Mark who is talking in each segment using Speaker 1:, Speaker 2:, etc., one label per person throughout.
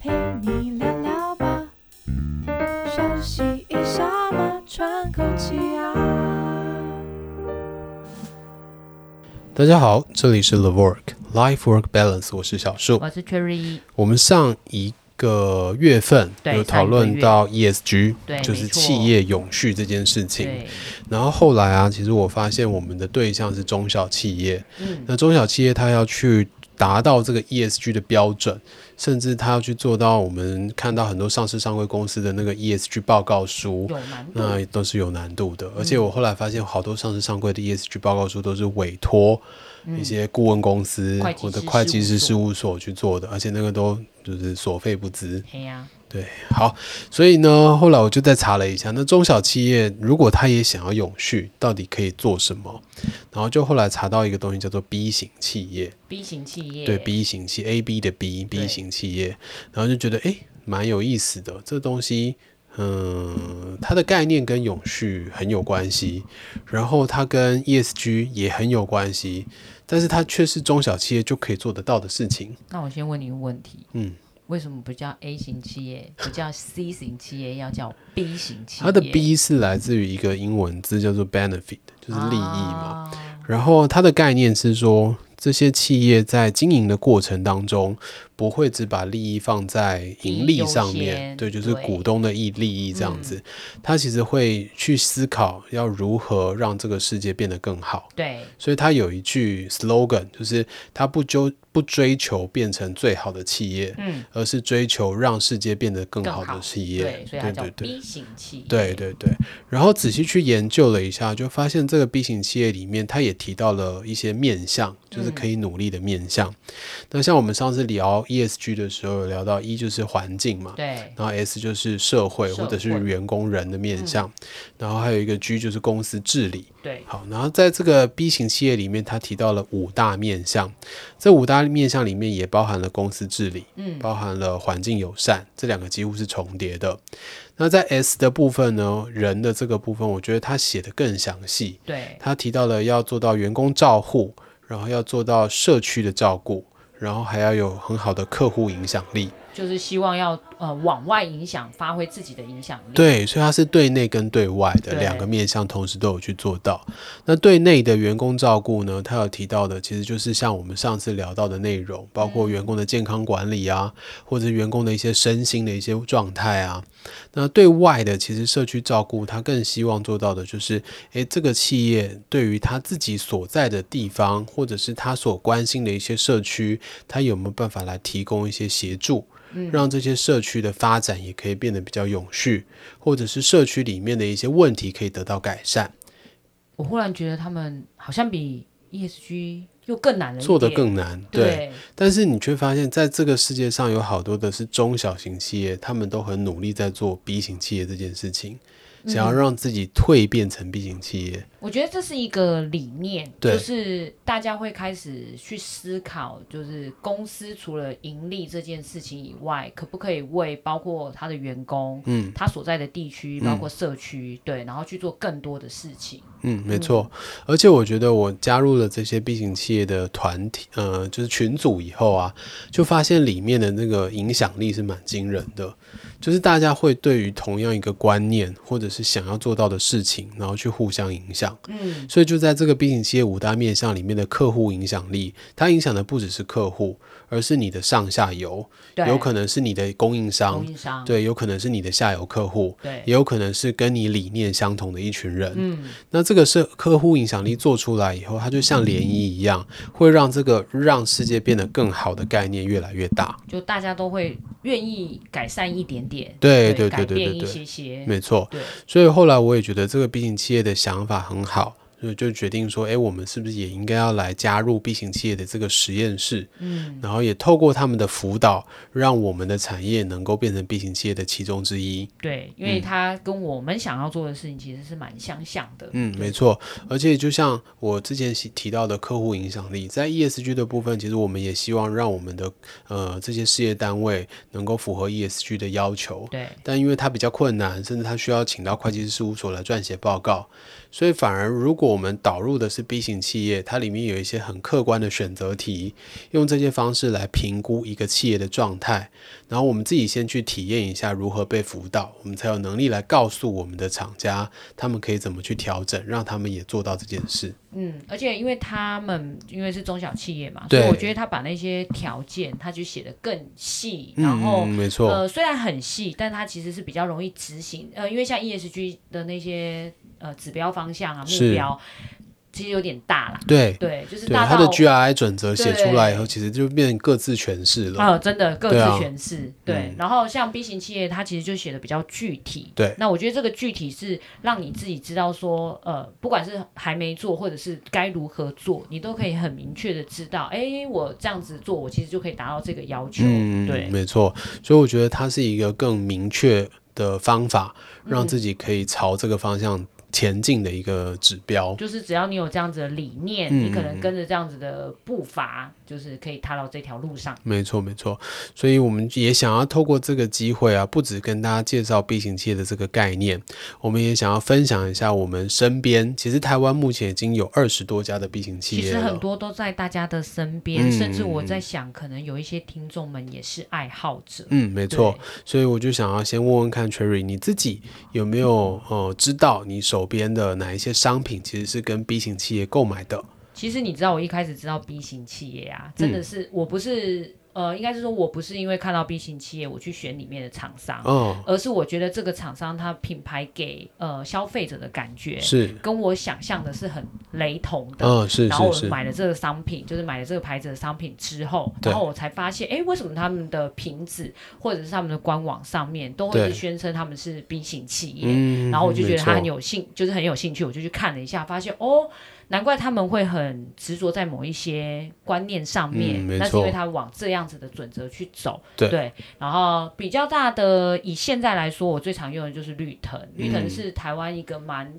Speaker 1: 陪你聊聊吧，休息一下嘛，喘口气啊。
Speaker 2: 大家好，这里是 The Work Life Work Balance，我是小树。
Speaker 3: 我是 Cherry，
Speaker 2: 我们上一个月份
Speaker 3: 对
Speaker 2: 有讨论到 ESG，
Speaker 3: 对
Speaker 2: 就是
Speaker 3: 没错
Speaker 2: 企业永续这件事情。
Speaker 3: 对，
Speaker 2: 然后后来啊，其实我发现我们的对象是中小企业，
Speaker 3: 嗯，
Speaker 2: 那中小企业它要去达到这个 ESG 的标准，甚至它要去做到我们看到很多上市上柜公司的那个 ESG 报告书。
Speaker 3: 有难度，
Speaker 2: 那都是有难度的，而
Speaker 3: 嗯
Speaker 2: 且我后来发现，好多上市上柜的 ESG 报告书都是委托一些顾问公司
Speaker 3: 嗯会计
Speaker 2: 或者
Speaker 3: 师
Speaker 2: 会计师
Speaker 3: 事
Speaker 2: 事务所去做的，而且那个都就是所费不赀。
Speaker 3: 嘿呀，
Speaker 2: 对，好，所以呢，后来我就再查了一下，那中小企业如果他也想要永续，到底可以做什么？然后就后来查到一个东西叫做 B 型企业，
Speaker 3: B 型企业，
Speaker 2: 对 B 型企 A B 的 B
Speaker 3: 对
Speaker 2: B 型企业，然后就觉得诶蛮有意思的，这东西，嗯，它的概念跟永续很有关系，然后它跟 ESG 也很有关系，但是它却是中小企业就可以做得到的事情。
Speaker 3: 那我先问你一个问题，
Speaker 2: 嗯，
Speaker 3: 为什么不叫 A 型企业，不叫 C 型企业，要叫 B 型企业？
Speaker 2: 它的 B 是来自于一个英文字叫做 benefit，就是利益嘛。
Speaker 3: 啊
Speaker 2: 然后它的概念是说，这些企业在经营的过程当中，不会只把利益放在盈利上
Speaker 3: 利益优
Speaker 2: 面，
Speaker 3: 先
Speaker 2: 对，就是
Speaker 3: 对
Speaker 2: 股东的益利益这样子。它其实会去思考要如何让这个世界变得更好。
Speaker 3: 对，
Speaker 2: 所以它有一句 slogan，就是它不追不追求变成最好的企业，
Speaker 3: 嗯，
Speaker 2: 而是追求让世界变得更
Speaker 3: 更
Speaker 2: 好的企业。
Speaker 3: 对，所以它叫
Speaker 2: 对对
Speaker 3: B 型企业，
Speaker 2: 对，对对，然后仔细去研究了一下，就发现这个 B 型企业里面，它也提到了一些面向，就是
Speaker 3: 嗯
Speaker 2: 可以努力的面向。那像我们上次聊 ESG 的时候，有聊到一、就是环境嘛，
Speaker 3: 对，
Speaker 2: 然后 S 就是社会
Speaker 3: 社
Speaker 2: 或者是
Speaker 3: 会嗯
Speaker 2: 员工人的面向，然后还有一个 G 就是公司治理。
Speaker 3: 对，
Speaker 2: 好，然后在这个 B 型企业里面，它提到了五大面向，这五大面向里面也包含了公司治理，
Speaker 3: 嗯，
Speaker 2: 包含了环境友善，这两个几乎是重叠的。那在 S 的部分呢，人的这个部分，我觉得他写的更详细，
Speaker 3: 对，
Speaker 2: 他提到了要做到员工照护，然后要做到社区的照顾，然后还要有很好的客户影响力。
Speaker 3: 就是希望要呃往外影响，发挥自己的影响力，，
Speaker 2: 对，所以它是对内跟对外的
Speaker 3: 对
Speaker 2: 两个面向，同时都有去做到。那对内的员工照顾呢，他有提到的，其实就是像我们上次聊到的内容，包括员工的健康管理啊，或者员工的一些身心的一些状态啊。那对外的，其实社区照顾，他更希望做到的就是，诶，这个企业对于他自己所在的地方，或者是他所关心的一些社区，他有没有办法来提供一些协助？让这些社区的发展也可以变得比较永续，或者是社区里面的一些问题可以得到改善，
Speaker 3: 我忽然觉得他们好像比 ESG 又更难了一点，
Speaker 2: 做得更难。
Speaker 3: 对，
Speaker 2: 但是你却发现，在这个世界上有好多的是中小型企业，他们都很努力在做 B 型企业这件事情，想要让自己蜕变成 B 型企业。
Speaker 3: 我觉得这是一个理念，
Speaker 2: 对
Speaker 3: 就是大家会开始去思考，就是公司除了盈利这件事情以外，可不可以为包括他的员工，
Speaker 2: 嗯，
Speaker 3: 他所在的地区，包括社区，对，然后去做更多的事情。
Speaker 2: 嗯，没错。而且我觉得我加入了这些 B 型企业的团体，呃，就是群组以后啊，就发现里面的那个影响力是蛮惊人的。就是大家会对于同样一个观念，或者是想要做到的事情，然后去互相影响。
Speaker 3: 嗯，
Speaker 2: 所以就在这个 B 型企业五大面向里面的客户影响力，它影响的不只是客户，而是你的上下游，
Speaker 3: 对，
Speaker 2: 有可能是你的供应商，
Speaker 3: 供应商，
Speaker 2: 对，有可能是你的下游客户，
Speaker 3: 对，
Speaker 2: 也有可能是跟你理念相同的一群人。
Speaker 3: 嗯，
Speaker 2: 那这个是客户影响力做出来以后，它就像涟漪一样，会让这个让世界变得更好的概念越来越大。
Speaker 3: 就大家都会愿意改善一点点，
Speaker 2: 对对
Speaker 3: 改
Speaker 2: 对对
Speaker 3: 变
Speaker 2: 对
Speaker 3: 一
Speaker 2: 对，
Speaker 3: 些些，
Speaker 2: 没错。
Speaker 3: 对，
Speaker 2: 所以后来我也觉得这个 B 型企业的想法很好，所以就决定说，哎，我们是不是也应该要来加入 B 型企业的这个实验室？
Speaker 3: 嗯，
Speaker 2: 然后也透过他们的辅导，让我们的产业能够变成 B 型企业的其中之一。
Speaker 3: 对，
Speaker 2: 嗯
Speaker 3: 因为他跟我们想要做的事情其实是蛮相像的。
Speaker 2: 嗯，没错。而且就像我之前提提到的客户影响力，在 ESG 的部分，其实我们也希望让我们的呃这些事业单位能够符合 ESG 的要求。
Speaker 3: 对，
Speaker 2: 但因为它比较困难，甚至它需要请到会计师事务所来撰写报告，所以反而如果我们导入的是 B 型企业，它里面有一些很客观的选择题，用这些方式来评估一个企业的状态，然后我们自己先去体验一下如何被辅导，我们才有能力来告诉我们的厂家，他们可以怎么去调整，让他们也做到这件事。
Speaker 3: 嗯，而且因为他们因为是中小企业嘛，所
Speaker 2: 对
Speaker 3: 以我觉得他把那些条件他就写得更细，然
Speaker 2: 嗯，
Speaker 3: 后、
Speaker 2: 嗯没错，
Speaker 3: 呃虽然很细，但它其实是比较容易执行。呃，因为像 ESG 的那些呃指标方向啊目
Speaker 2: 是
Speaker 3: 标，其实有点大啦。
Speaker 2: 对。
Speaker 3: 对，就是
Speaker 2: 对
Speaker 3: 大
Speaker 2: 它
Speaker 3: 到
Speaker 2: 的 GRI 准则写出来以
Speaker 3: 对
Speaker 2: 后，其实就变成各自诠释了。
Speaker 3: 啊、真的各自
Speaker 2: 对啊
Speaker 3: 诠释。对，
Speaker 2: 嗯
Speaker 3: 然后像 B 型企业，它其实就写的比较具体。
Speaker 2: 对
Speaker 3: 那我觉得这个具体是让你自己知道说，呃，不管是还没做，或者是该如何做，你都可以很明确的知道，哎，我这样子做，我其实就可以达到这个要求。对，
Speaker 2: 嗯没错。所以我觉得它是一个更明确的方法，
Speaker 3: 嗯
Speaker 2: 让自己可以朝这个方向前进的一个指标。
Speaker 3: 就是只要你有这样子的理念，
Speaker 2: 嗯
Speaker 3: 你可能跟着这样子的步伐，就是可以踏到这条路上。
Speaker 2: 没错，没错。所以我们也想要透过这个机会啊，不止跟大家介绍 B 型企业的这个概念，我们也想要分享一下我们身边，其实台湾目前已经有二十多家的 B 型企
Speaker 3: 其
Speaker 2: 业
Speaker 3: 实很
Speaker 2: 了。
Speaker 3: 多都在大家的身边，
Speaker 2: 嗯
Speaker 3: 甚至我在想，可能有一些听众们也是爱好者。
Speaker 2: 嗯，没
Speaker 3: 对
Speaker 2: 错。所以我就想要先问问看 Cherry，你自己有没有呃知道你手边的哪一些商品其实是跟 B 型企业购买的？
Speaker 3: 其实你知道，我一开始知道 B 型企业啊，真的
Speaker 2: 嗯
Speaker 3: 是、我不是呃，应该是说我不是因为看到 B 型企业我去选里面的厂商，
Speaker 2: 哦，
Speaker 3: 而是我觉得这个厂商它品牌给呃消费者的感觉
Speaker 2: 是，
Speaker 3: 跟我想象的是很雷同的。
Speaker 2: 嗯，是
Speaker 3: 然后
Speaker 2: 是
Speaker 3: 我
Speaker 2: 是，
Speaker 3: 买了这个商品，就是买了这个牌子的商品之后，
Speaker 2: 对
Speaker 3: 然后我才发现，哎，为什么他们的瓶子或者是他们的官网上面都会
Speaker 2: 对
Speaker 3: 是宣称他们是 B 型企业？
Speaker 2: 嗯
Speaker 3: 然后我就觉得他很
Speaker 2: 有，
Speaker 3: 有兴，就是很有兴趣，我就去看了一下，发现哦，难怪他们会很执着在某一些观念上面，
Speaker 2: 嗯没
Speaker 3: 那是因为
Speaker 2: 错
Speaker 3: 他往这样子的准则去走。
Speaker 2: 对
Speaker 3: 然后比较大的，以现在来说，我最常用的就是绿藤，绿藤
Speaker 2: 嗯
Speaker 3: 是台湾一个蛮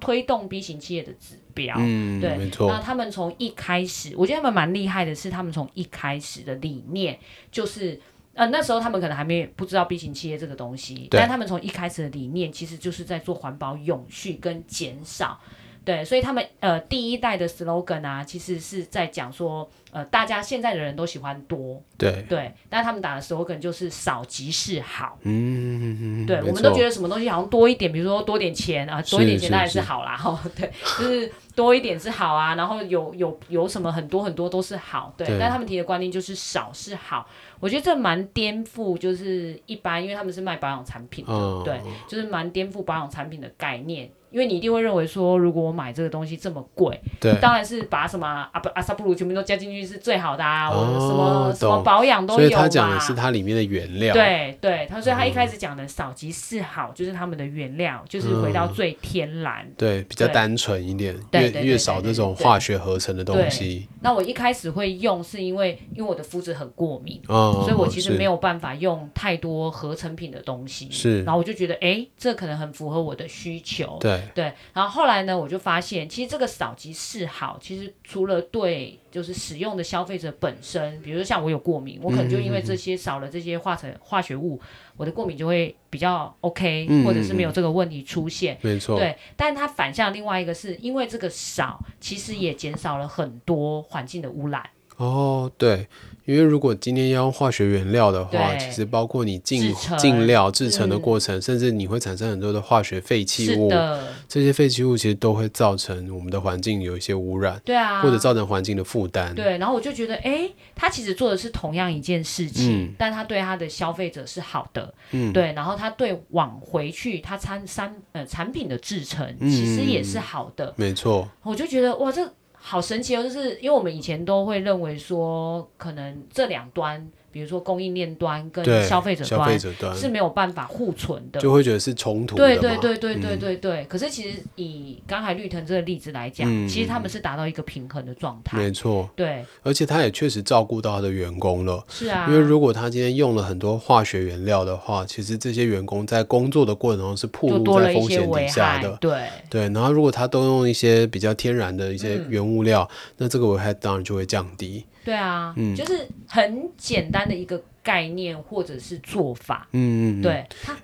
Speaker 3: 推动 B 型企业的指标。
Speaker 2: 嗯，
Speaker 3: 对
Speaker 2: 没
Speaker 3: 那
Speaker 2: 错，
Speaker 3: 他们从一开始，我觉得他们蛮厉害的是，他们从一开始的理念就是，呃，那时候他们可能还没不知道 B 型企业这个东西，
Speaker 2: 对
Speaker 3: 但他们从一开始的理念其实就是在做环保、永续跟减少。对，所以他们呃第一代的 slogan 啊，其实是在讲说，呃，大家现在的人都喜欢多，
Speaker 2: 对，
Speaker 3: 对，但他们打的 slogan 就是少即是好。
Speaker 2: 嗯，
Speaker 3: 对，
Speaker 2: 没
Speaker 3: 我们都
Speaker 2: 错
Speaker 3: 觉得什么东西好像多一点，比如说多点钱啊，多一点
Speaker 2: 是
Speaker 3: 钱
Speaker 2: 是
Speaker 3: 当然
Speaker 2: 是
Speaker 3: 是好啦，哈， 对，就是多一点是好啊，然后有有有什么很多很多都是好，对，
Speaker 2: 对
Speaker 3: 但他们提的观念就是少是好，我觉得这蛮颠覆，就是一般，因为他们是卖保养产品的，
Speaker 2: 嗯
Speaker 3: 对，就是蛮颠覆保养产品的概念，因为你一定会认为说，如果我买这个东西这么贵，
Speaker 2: 对，
Speaker 3: 当然是把什么阿不阿萨布鲁全部都加进去是最好的啊，我
Speaker 2: 哦
Speaker 3: 什么什么
Speaker 2: 懂
Speaker 3: 保养都
Speaker 2: 所以
Speaker 3: 有嘛
Speaker 2: 他。讲的是它里面的原料，，
Speaker 3: 对对，他所以他一开始讲的少即是好，就是他们的原料，就是回到最天然。
Speaker 2: 对，比较
Speaker 3: 对
Speaker 2: 单纯一点，
Speaker 3: 对
Speaker 2: 越
Speaker 3: 对
Speaker 2: 越
Speaker 3: 对
Speaker 2: 少
Speaker 3: 对
Speaker 2: 这种
Speaker 3: 对
Speaker 2: 化学合成的
Speaker 3: 对
Speaker 2: 东西，
Speaker 3: 那我一开始会用，是因为因为我的肤质很过敏，
Speaker 2: 嗯，
Speaker 3: 所以我其实
Speaker 2: 是
Speaker 3: 没有办法用太多合成品的东西。
Speaker 2: 是
Speaker 3: 然后我就觉得，哎，这可能很符合我的需求。
Speaker 2: 对，
Speaker 3: 对，然后后来呢，我就发现，其实这个少即是好，其实除了对就是使用的消费者本身，比如说像我有过敏，我可能就
Speaker 2: 嗯
Speaker 3: 因为这些少了这些化成化学物，我的过敏就会比较 OK，、
Speaker 2: 嗯
Speaker 3: 或者是没有这个问题出现。
Speaker 2: 没错，
Speaker 3: 对，但它反向另外一个是因为这个少，其实也减少了很多环境的污染，
Speaker 2: 哦，对，因为如果今天要用化学原料的话，
Speaker 3: 对
Speaker 2: 其实包括你进
Speaker 3: 制成
Speaker 2: 进料制成的
Speaker 3: 嗯
Speaker 2: 过程，甚至你会产生很多的化学废弃
Speaker 3: 是
Speaker 2: 物，
Speaker 3: 的，
Speaker 2: 这些废弃物其实都会造成我们的环境有一些污染，
Speaker 3: 对啊，
Speaker 2: 或者造成环境的负担。
Speaker 3: 对，然后我就觉得，哎，他其实做的是同样一件事情，
Speaker 2: 嗯
Speaker 3: 但他对他的消费者是好的，嗯，对，然后他对往回去他参三呃产品的制成
Speaker 2: 嗯
Speaker 3: 其实也是好的，
Speaker 2: 没错，
Speaker 3: 我就觉得哇，这好神奇哦！就是因为我们以前都会认为说，可能这两端，比如说供应链端跟
Speaker 2: 对，
Speaker 3: 消费者
Speaker 2: 消费
Speaker 3: 端
Speaker 2: 者端
Speaker 3: 是没有办法互存的，
Speaker 2: 就会觉得是冲突的
Speaker 3: 对
Speaker 2: 嘛。嗯
Speaker 3: 对对对对对对。可是其实以刚才绿藤这个例子来讲，
Speaker 2: 嗯
Speaker 3: 其实他们是达到一个平衡的状态。
Speaker 2: 没错，
Speaker 3: 对，
Speaker 2: 而且他也确实照顾到他的员工了。
Speaker 3: 是啊，
Speaker 2: 因为如果他今天用了很多化学原料的话，其实这些员工在工作的过程中是暴
Speaker 3: 就
Speaker 2: 露
Speaker 3: 多
Speaker 2: 在
Speaker 3: 了一
Speaker 2: 风
Speaker 3: 些
Speaker 2: 险底
Speaker 3: 危
Speaker 2: 下
Speaker 3: 害
Speaker 2: 的。，
Speaker 3: 对。
Speaker 2: 对，然后如果他都用一些比较天然的一些
Speaker 3: 嗯
Speaker 2: 原物料，那这个危害当然就会降低。
Speaker 3: 对啊，
Speaker 2: 嗯
Speaker 3: 就是很简单的一个概念或者是做法，
Speaker 2: 嗯，嗯嗯
Speaker 3: 对它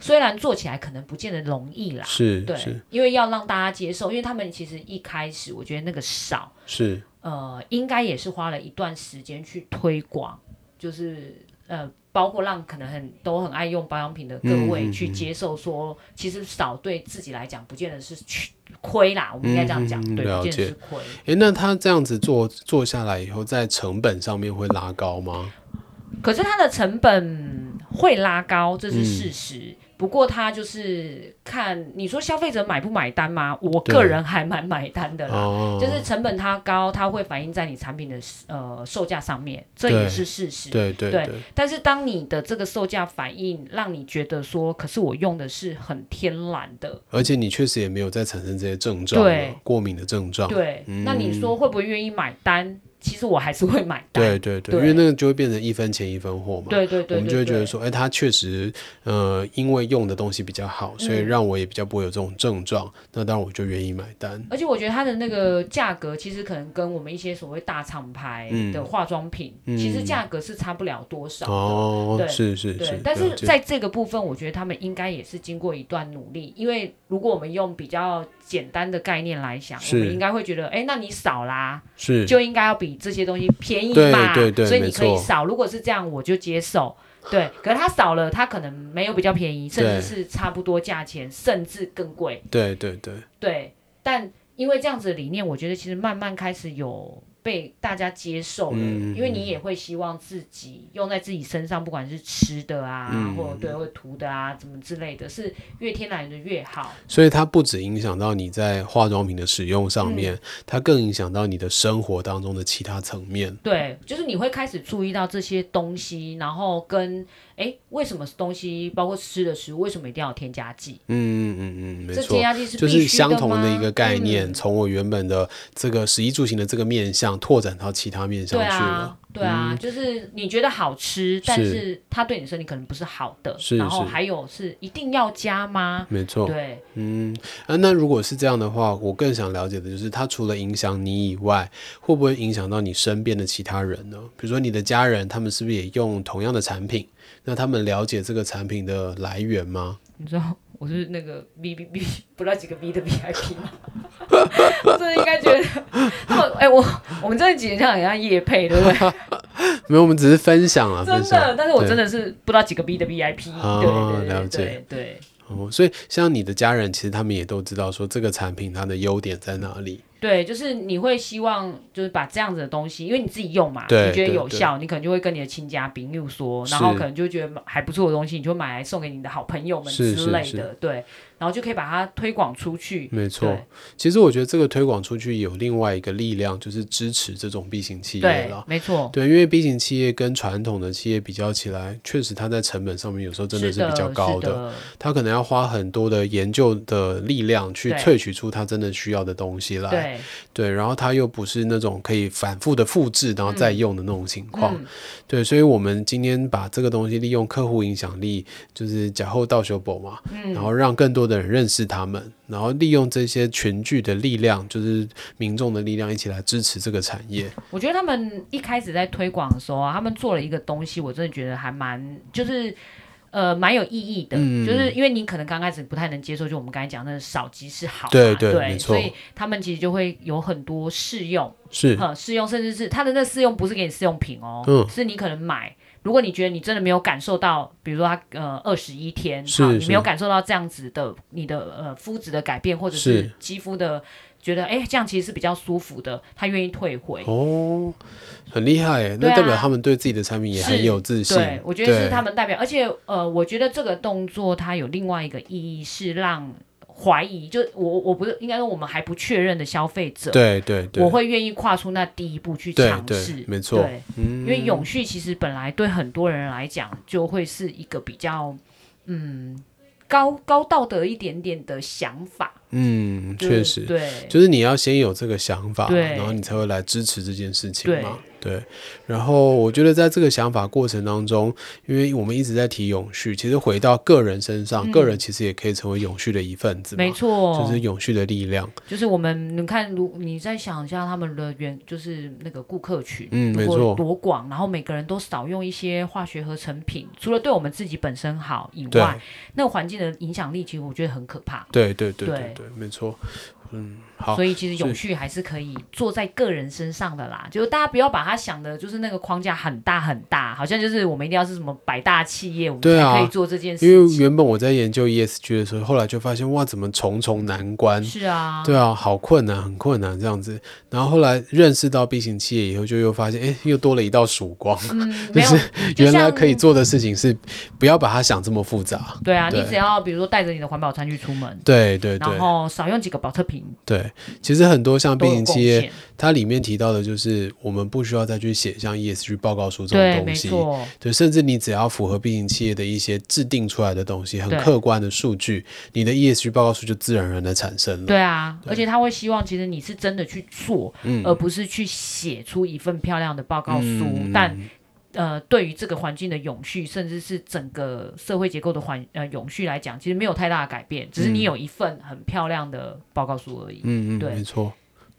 Speaker 3: 虽然做起来可能不见得容易啦，
Speaker 2: 是
Speaker 3: 对
Speaker 2: 是，
Speaker 3: 因为要让大家接受，因为他们其实一开始我觉得那个少，
Speaker 2: 是，
Speaker 3: 呃，应该也是花了一段时间去推广，就是呃，包括让可能很都很爱用保养品的各
Speaker 2: 嗯嗯
Speaker 3: 位
Speaker 2: 嗯
Speaker 3: 去接受说，其实少对自己来讲不见得是去亏啦，我们应该这样讲，
Speaker 2: 嗯嗯嗯
Speaker 3: 对，
Speaker 2: 了
Speaker 3: 不
Speaker 2: 解
Speaker 3: 见得是亏。
Speaker 2: 诶，那他这样子做做下来以后，在成本上面会拉高吗？
Speaker 3: 可是它的成本会拉高，这是事实。
Speaker 2: 嗯
Speaker 3: 不过它就是看你说消费者买不买单吗？我
Speaker 2: 对
Speaker 3: 个人还蛮买单的啦。
Speaker 2: 哦，
Speaker 3: 呃就是成本它高，它会反映在你产品的呃售价上面，这
Speaker 2: 对
Speaker 3: 也是事实。
Speaker 2: 对对
Speaker 3: 对
Speaker 2: 对，
Speaker 3: 但是当你的这个售价反应让你觉得说，可是我用的是很天然的，
Speaker 2: 而且你确实也没有再产生这些症状嘛
Speaker 3: 对，
Speaker 2: 过敏的症状。
Speaker 3: 对，那你说会不会愿意买单？其实我还是会买单。
Speaker 2: 嗯对对对，因
Speaker 3: 对
Speaker 2: 为那个就会变成一分钱一分货嘛。
Speaker 3: 对对对对
Speaker 2: 我们就会觉得
Speaker 3: 对
Speaker 2: 说，哎，他确实，呃，因为用的东西比较好，所以
Speaker 3: 嗯
Speaker 2: 让我也比较不会有这种症状，那当然我就愿意买单。
Speaker 3: 而且我觉得它的那个价格，其实可能跟我们一些所谓大厂牌的化妆品，
Speaker 2: 嗯
Speaker 3: 其实价格是差不了多少的。
Speaker 2: 哦，
Speaker 3: 对
Speaker 2: 是是是
Speaker 3: 对，，但
Speaker 2: 了
Speaker 3: 是
Speaker 2: 解
Speaker 3: 在这个部分，我觉得他们应该也是经过一段努力，因为如果我们用比较简单的概念来想，
Speaker 2: 是
Speaker 3: 我们应该会觉得，哎，那你少啦，
Speaker 2: 是
Speaker 3: 就应该要比这些东西便宜
Speaker 2: 对
Speaker 3: 嘛，
Speaker 2: 对对
Speaker 3: 所以
Speaker 2: 没
Speaker 3: 你
Speaker 2: 错
Speaker 3: 可以少。如果是这样，我就接受。对，可是它少了，它可能没有比较便宜，甚
Speaker 2: 对
Speaker 3: 至是差不多价钱，甚至更贵。
Speaker 2: 对对对，
Speaker 3: 对，但因为这样子的理念，我觉得其实慢慢开始有被大家接受了，
Speaker 2: 嗯
Speaker 3: 因为你也会希望自己用在自己身上，不管是吃的啊，
Speaker 2: 嗯
Speaker 3: 或者对或者涂的啊，怎么之类的，是越天然的越好。
Speaker 2: 所以它不只影响到你在化妆品的使用上面，它更影响到你的生活当中的其他层面。
Speaker 3: 对，就是你会开始注意到这些东西，然后跟哎，为什么东西包括吃的食物，为什么一定要有添加剂？
Speaker 2: 嗯嗯嗯，没
Speaker 3: 这
Speaker 2: 错
Speaker 3: 添。加剂是
Speaker 2: 就
Speaker 3: 必须
Speaker 2: 是相同
Speaker 3: 的
Speaker 2: 的
Speaker 3: 吗
Speaker 2: 一个概念，
Speaker 3: 嗯
Speaker 2: 从我原本的这个食衣住行的这个面向拓展到其他面向
Speaker 3: 对
Speaker 2: 去
Speaker 3: 啊
Speaker 2: 了。，嗯
Speaker 3: 对啊，就是你觉得好吃，但
Speaker 2: 是
Speaker 3: 是它对你身体可能不是好的。
Speaker 2: 是
Speaker 3: 然后
Speaker 2: 是
Speaker 3: 还有是一定要加吗？
Speaker 2: 没错，
Speaker 3: 对，
Speaker 2: 嗯啊，那如果是这样的话，我更想了解的就是，它除了影响你以外，会不会影响到你身边的其他人呢？比如说你的家人，他们是不是也用同样的产品？那他们了解这个产品的来源吗？
Speaker 3: 你知道我是那个 V V V 不知道几个 V 的 VIP 吗？ 我真的应该觉得他们哎、我我们这一集很像很像叶配，对不对？
Speaker 2: 没有，我们只是分享啊，分
Speaker 3: 真
Speaker 2: 享。
Speaker 3: 的，但是我
Speaker 2: 对
Speaker 3: 真的是不知道几个 V 的 VIP，、
Speaker 2: 啊
Speaker 3: 对对对对
Speaker 2: 了解
Speaker 3: 对对
Speaker 2: 哦，所以像你的家人，其实他们也都知道说这个产品它的优点在哪里。
Speaker 3: 对，就是你会希望就是把这样子的东西，因为你自己用嘛，
Speaker 2: 对
Speaker 3: 你觉得
Speaker 2: 对
Speaker 3: 有效，你可能就会跟你的亲家朋友说，然后
Speaker 2: 是
Speaker 3: 可能就觉得还不错的东西，你就买来送给你的好朋友们
Speaker 2: 是
Speaker 3: 之
Speaker 2: 是
Speaker 3: 类的，
Speaker 2: 是
Speaker 3: 对，然后就可以把它推广出去。
Speaker 2: 没错
Speaker 3: 对，
Speaker 2: 其实我觉得这个推广出去有另外一个力量，就是支持这种 B 型企业
Speaker 3: 对
Speaker 2: 了，。
Speaker 3: 没错，
Speaker 2: 对，因为 B 型企业跟传统的企业比较起来，确实它在成本上面有时候真的
Speaker 3: 的
Speaker 2: 是比较高
Speaker 3: 是
Speaker 2: 的，
Speaker 3: 的
Speaker 2: 它可能要花很多的研究的力量去
Speaker 3: 对
Speaker 2: 萃取出它真的需要的东西来。
Speaker 3: 对，
Speaker 2: 对，然后它又不是那种可以反复的复制然后再用的那种情况。
Speaker 3: 嗯，
Speaker 2: 对，所以我们今天把这个东西利用客户影响力，就是假后到修补嘛，
Speaker 3: 嗯
Speaker 2: 然后让更多的人认识他们，然后利用这些群聚的力量，就是民众的力量，一起来支持这个产业。
Speaker 3: 我觉得他们一开始在推广的时候啊，他们做了一个东西，我真的觉得还蛮就是。呃，蛮有意义的，
Speaker 2: 嗯
Speaker 3: 就是因为你可能刚开始不太能接受，就我们刚才讲的少即是好嘛，
Speaker 2: 对对
Speaker 3: 对
Speaker 2: 没错
Speaker 3: 所以他们其实就会有很多试用，
Speaker 2: 是，
Speaker 3: 哈，试用甚至是他的那试用不是给你试用品哦，
Speaker 2: 嗯
Speaker 3: 是你可能买，如果你觉得你真的没有感受到，比如说它呃二十一天，
Speaker 2: 是
Speaker 3: 好你
Speaker 2: 是
Speaker 3: 没有感受到这样子的你的呃肤质的改变，或者
Speaker 2: 是
Speaker 3: 是肌肤的觉得哎这样其实是比较舒服的，他愿意退回。
Speaker 2: 哦，很厉害耶，那
Speaker 3: 对啊
Speaker 2: 代表他们对自己的产品也
Speaker 3: 是
Speaker 2: 很有自信。
Speaker 3: 对，我觉得是
Speaker 2: 对
Speaker 3: 他们代表，而且呃，我觉得这个动作它有另外一个意义是让怀疑，就我我不是应该说我们还不确认的消费者，
Speaker 2: 对对对，
Speaker 3: 我会愿意跨出那第一步去
Speaker 2: 对
Speaker 3: 尝
Speaker 2: 对
Speaker 3: 试，
Speaker 2: 没错
Speaker 3: 对
Speaker 2: 嗯
Speaker 3: 因为永续其实本来对很多人来讲就会是一个比较嗯高高道德一点点的想法，
Speaker 2: 嗯，
Speaker 3: 就是
Speaker 2: 确实，
Speaker 3: 对
Speaker 2: 就是你要先有这个想法，
Speaker 3: 对
Speaker 2: 然后你才会来支持这件事情
Speaker 3: 对
Speaker 2: 嘛。对，然后我觉得在这个想法过程当中，因为我们一直在提永续，其实回到个人身上，个人其实也可以成为永续的一份子嘛，
Speaker 3: 嗯没错，
Speaker 2: 就是永续的力量。
Speaker 3: 就是我们，你看，如你再想一下他们的原，就是那个顾客群，
Speaker 2: 嗯
Speaker 3: 如
Speaker 2: 没
Speaker 3: 果
Speaker 2: 错
Speaker 3: 多广，然后每个人都少用一些化学合成品，除了对我们自己本身好以
Speaker 2: 对
Speaker 3: 外，那个环境的影响力，其实我觉得很可怕。
Speaker 2: 对对对
Speaker 3: 对
Speaker 2: 对对，没错。嗯，好
Speaker 3: 所，以其实
Speaker 2: 是
Speaker 3: 永续还是可以做在个人身上的啦，就是大家不要把它想的，就是那个框架很大很大，好像就是我们一定要是什么百大企业，我们
Speaker 2: 对啊
Speaker 3: 才可以做这件事
Speaker 2: 因为
Speaker 3: 情。
Speaker 2: 原本我在研究 ESG 的时候，后来就发现哇，怎么重重难关？
Speaker 3: 是啊，
Speaker 2: 对啊，好困难，很困难这样子。然后后来认识到 B 型企业以后，就又发现，哎，又多了一道曙光。
Speaker 3: 嗯，
Speaker 2: 就
Speaker 3: 没有
Speaker 2: 是，
Speaker 3: 就
Speaker 2: 原来
Speaker 3: 像
Speaker 2: 可以做的事情是，不要把它想这么复杂。
Speaker 3: 对啊，你
Speaker 2: 对
Speaker 3: 只要比如说带着你的环保餐具出门，
Speaker 2: 对对对
Speaker 3: 然后少用几个保特瓶，
Speaker 2: 对，其实很多像 B
Speaker 3: 都有
Speaker 2: 型
Speaker 3: 贡
Speaker 2: 企业，
Speaker 3: 献。
Speaker 2: 它里面提到的就是我们不需要再去写像 ESG 报告书这
Speaker 3: 对，
Speaker 2: 种东
Speaker 3: 没
Speaker 2: 西。
Speaker 3: 错，
Speaker 2: 对，甚至你只要符合 B 型企业的一些制定出来的东西，很
Speaker 3: 对
Speaker 2: 客观的数据，你的 ESG 报告书就自然而然的产生了。
Speaker 3: 对啊，
Speaker 2: 对
Speaker 3: 而且他会希望其实你是真的去做，
Speaker 2: 嗯
Speaker 3: 而不是去写出一份漂亮的报告书，
Speaker 2: 嗯
Speaker 3: 但。呃，对于这个环境的永续，甚至是整个社会结构的环呃永续来讲，其实没有太大的改变，只是你有一份很漂亮的报告书而已。
Speaker 2: 嗯嗯嗯，
Speaker 3: 对
Speaker 2: 没错，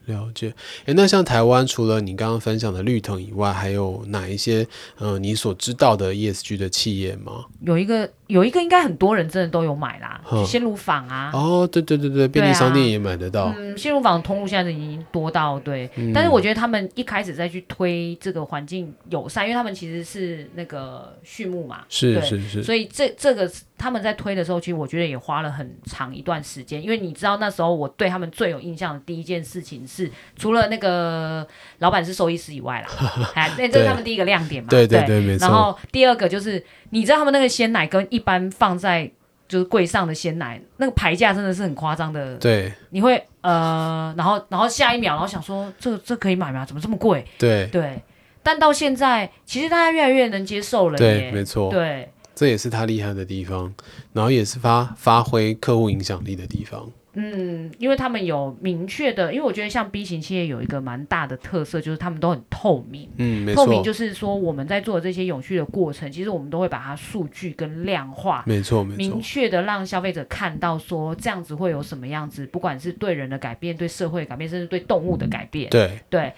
Speaker 2: 了解。诶，那像台湾除了你刚刚分享的绿藤以外，还有哪一些嗯、呃你所知道的 ESG 的企业吗？
Speaker 3: 有一个有一个应该很多人真的都有买啦，
Speaker 2: 嗯
Speaker 3: 鲜乳坊啊，
Speaker 2: 哦，对对对对，便利
Speaker 3: 对啊
Speaker 2: 商店也买得到。
Speaker 3: 嗯，新乳坊的通路现在已经多到对，
Speaker 2: 嗯
Speaker 3: 但是我觉得他们一开始再去推这个环境友善，因为他们其实是那个畜牧嘛，
Speaker 2: 是
Speaker 3: 对
Speaker 2: 是是，
Speaker 3: 所以这这个他们在推的时候，其实我觉得也花了很长一段时间，因为你知道那时候我对他们最有印象的第一件事情是，除了那个老板是兽医师 以外啦，哎，那这
Speaker 2: 对
Speaker 3: 是他们第一个亮点嘛，
Speaker 2: 对
Speaker 3: 对
Speaker 2: 对对，没
Speaker 3: 然
Speaker 2: 错。
Speaker 3: 后第二个就是，你知道他们那个鲜奶跟一般放在就是柜上的鲜奶，那个牌价真的是很夸张的
Speaker 2: 对
Speaker 3: 你会呃，然后然后下一秒，然后想说这这可以买吗？怎么这么贵？
Speaker 2: 对
Speaker 3: 对，但到现在其实大家越来越能接受了
Speaker 2: 对，
Speaker 3: 耶。
Speaker 2: 没错，
Speaker 3: 对，
Speaker 2: 这也是他厉害的地方，然后也是发发挥客户影响力的地方。
Speaker 3: 嗯，因为他们有明确的，因为我觉得像 B 型企业有一个蛮大的特色，就是他们都很透明。
Speaker 2: 嗯，没
Speaker 3: 透明
Speaker 2: 错，
Speaker 3: 就是说我们在做这些永续的过程，其实我们都会把它数据跟量化，
Speaker 2: 没错，没错
Speaker 3: 明。确的让消费者看到说这样子会有什么样子，不管是对人的改变、对社会的改变，甚至对动物的改变。
Speaker 2: 对
Speaker 3: 对。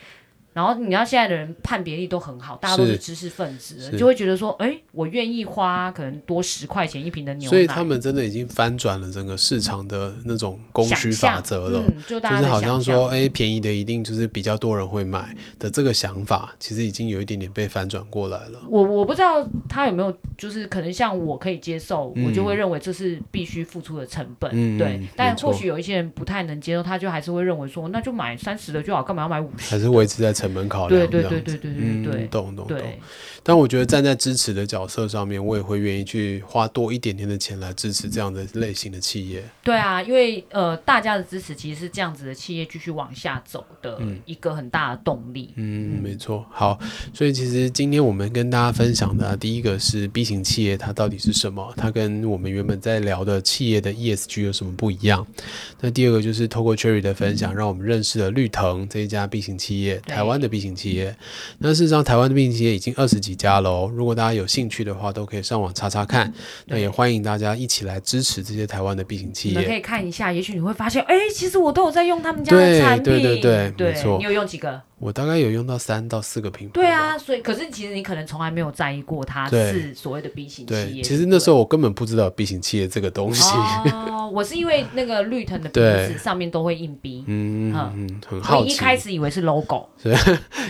Speaker 3: 然后你知道现在的人判别力都很好，大家都
Speaker 2: 是
Speaker 3: 是知识分子了，
Speaker 2: 是
Speaker 3: 就会觉得说，哎，我愿意花可能多十块钱一瓶的牛奶，
Speaker 2: 所以他们真的已经翻转了整个市场的那种供
Speaker 3: 想
Speaker 2: 需
Speaker 3: 象
Speaker 2: 法则了。
Speaker 3: 嗯，就大
Speaker 2: 就
Speaker 3: 家
Speaker 2: 是
Speaker 3: 的
Speaker 2: 好像
Speaker 3: 想
Speaker 2: 说，
Speaker 3: 象，
Speaker 2: 哎，便宜的一定就是比较多人会买的这个想法，其实已经有一点点被反转过来了。
Speaker 3: 我我不知道他有没有，就是可能像我可以接受，
Speaker 2: 嗯
Speaker 3: 我就会认为这是必须付出的成本，
Speaker 2: 嗯嗯
Speaker 3: 对。但
Speaker 2: 没错
Speaker 3: 或许有一些人不太能接受，他就还是会认为说，那就买三十的就好，干嘛要买五
Speaker 2: 还
Speaker 3: 十？
Speaker 2: 是维持在成本考
Speaker 3: 对
Speaker 2: 量，
Speaker 3: 对
Speaker 2: 这样
Speaker 3: 对
Speaker 2: 子
Speaker 3: 对对对
Speaker 2: 嗯，
Speaker 3: 对
Speaker 2: 懂懂懂。
Speaker 3: 对
Speaker 2: 但我觉得站在支持的角色上面，我也会愿意去花多一点点的钱来支持这样的类型的企业。
Speaker 3: 对啊，因为呃，大家的支持其实是这样子的企业继续往下走的一个很大的动力。
Speaker 2: 嗯，没错。好，所以其实今天我们跟大家分享的啊、第一个是 B 型企业它到底是什么，它跟我们原本在聊的企业的 ESG 有什么不一样。那第二个就是透过 Cherry 的分享，让我们认识了绿藤这一家 B 型企业，
Speaker 3: 对
Speaker 2: 台湾的 B 型企业。那事实上，台湾的 B 型企业已经二十几家了哦。如果大家有兴趣的话，都可以上网查查看。那也欢迎大家一起来支持这些台湾的 B 型企
Speaker 3: 你们可
Speaker 2: 业。
Speaker 3: 以看一下，也许你会发现，哎、其实我都有在用他们家的产品。
Speaker 2: 对对对对没错
Speaker 3: 你有用几个？
Speaker 2: 我大概有用到三到四个品牌。
Speaker 3: 对。啊，所以可是其实你可能从来没有在意过它
Speaker 2: 对
Speaker 3: 是所谓的 B 型企
Speaker 2: 对，
Speaker 3: 业。
Speaker 2: 其实那时
Speaker 3: 候
Speaker 2: 候我根本不知道有 B 型企业这个东西。
Speaker 3: 哦，我是因为那个绿藤的鼻
Speaker 2: 对
Speaker 3: 子上面都会印 B，
Speaker 2: 嗯
Speaker 3: 嗯
Speaker 2: 嗯，很
Speaker 3: 所
Speaker 2: 好
Speaker 3: 以
Speaker 2: 奇，
Speaker 3: 一开始以为是 logo，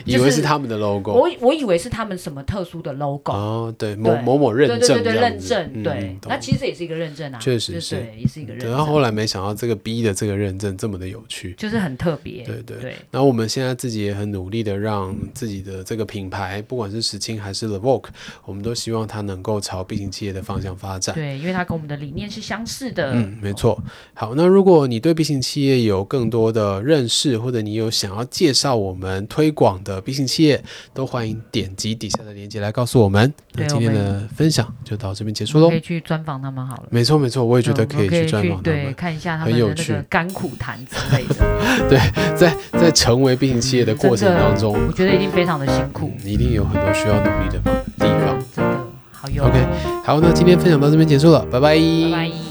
Speaker 2: 以为
Speaker 3: 就是是
Speaker 2: 他们的 logo
Speaker 3: 我我以为是他们什么特殊的 logo，、
Speaker 2: 哦，对某
Speaker 3: 对
Speaker 2: 某某认
Speaker 3: 对对对
Speaker 2: 证
Speaker 3: 对，
Speaker 2: 这样
Speaker 3: 认
Speaker 2: 子，
Speaker 3: 证，
Speaker 2: 嗯
Speaker 3: 对，那。
Speaker 2: 懂
Speaker 3: 其实也是一个认证啊，
Speaker 2: 确实
Speaker 3: 对
Speaker 2: 是
Speaker 3: 对，也是一个认
Speaker 2: 对
Speaker 3: 证。
Speaker 2: 然后后来没想到这个 B 的这个认证这么的有趣，
Speaker 3: 就是很特别。
Speaker 2: 对对
Speaker 3: 对
Speaker 2: 然后我们现在自己也很努力的让自己的这个品牌，不管是石青还是 l e v o q 我们都希望它能够朝 B 型企业的方向发展。
Speaker 3: 对因为它跟我们的理念是相似的。
Speaker 2: 嗯，没错。好，那如果你对 B 型企业有更多的认识，或者你有想要介绍我们推广的 B 型企业，都欢迎点击底下的链接来告诉我们。那
Speaker 3: 对
Speaker 2: 今天
Speaker 3: 我
Speaker 2: 的分享就到这边结束喽
Speaker 3: 可。以去专访他们好了。
Speaker 2: 没错，没错，我也觉得
Speaker 3: 嗯
Speaker 2: 可以
Speaker 3: 我可
Speaker 2: 去
Speaker 3: 以
Speaker 2: 专访他
Speaker 3: 对，
Speaker 2: 们，
Speaker 3: 看一下他
Speaker 2: 很
Speaker 3: 们
Speaker 2: 有
Speaker 3: 的那
Speaker 2: 趣
Speaker 3: 个甘苦谈之类的。
Speaker 2: 在在成为 B 型企业的过过程当中，
Speaker 3: 我觉得一定非常的辛苦
Speaker 2: 嗯，你一定有很多需要努力的方地方。
Speaker 3: 真的好用。
Speaker 2: OK，好，那今天分享到这边结束了，拜拜
Speaker 3: 拜拜。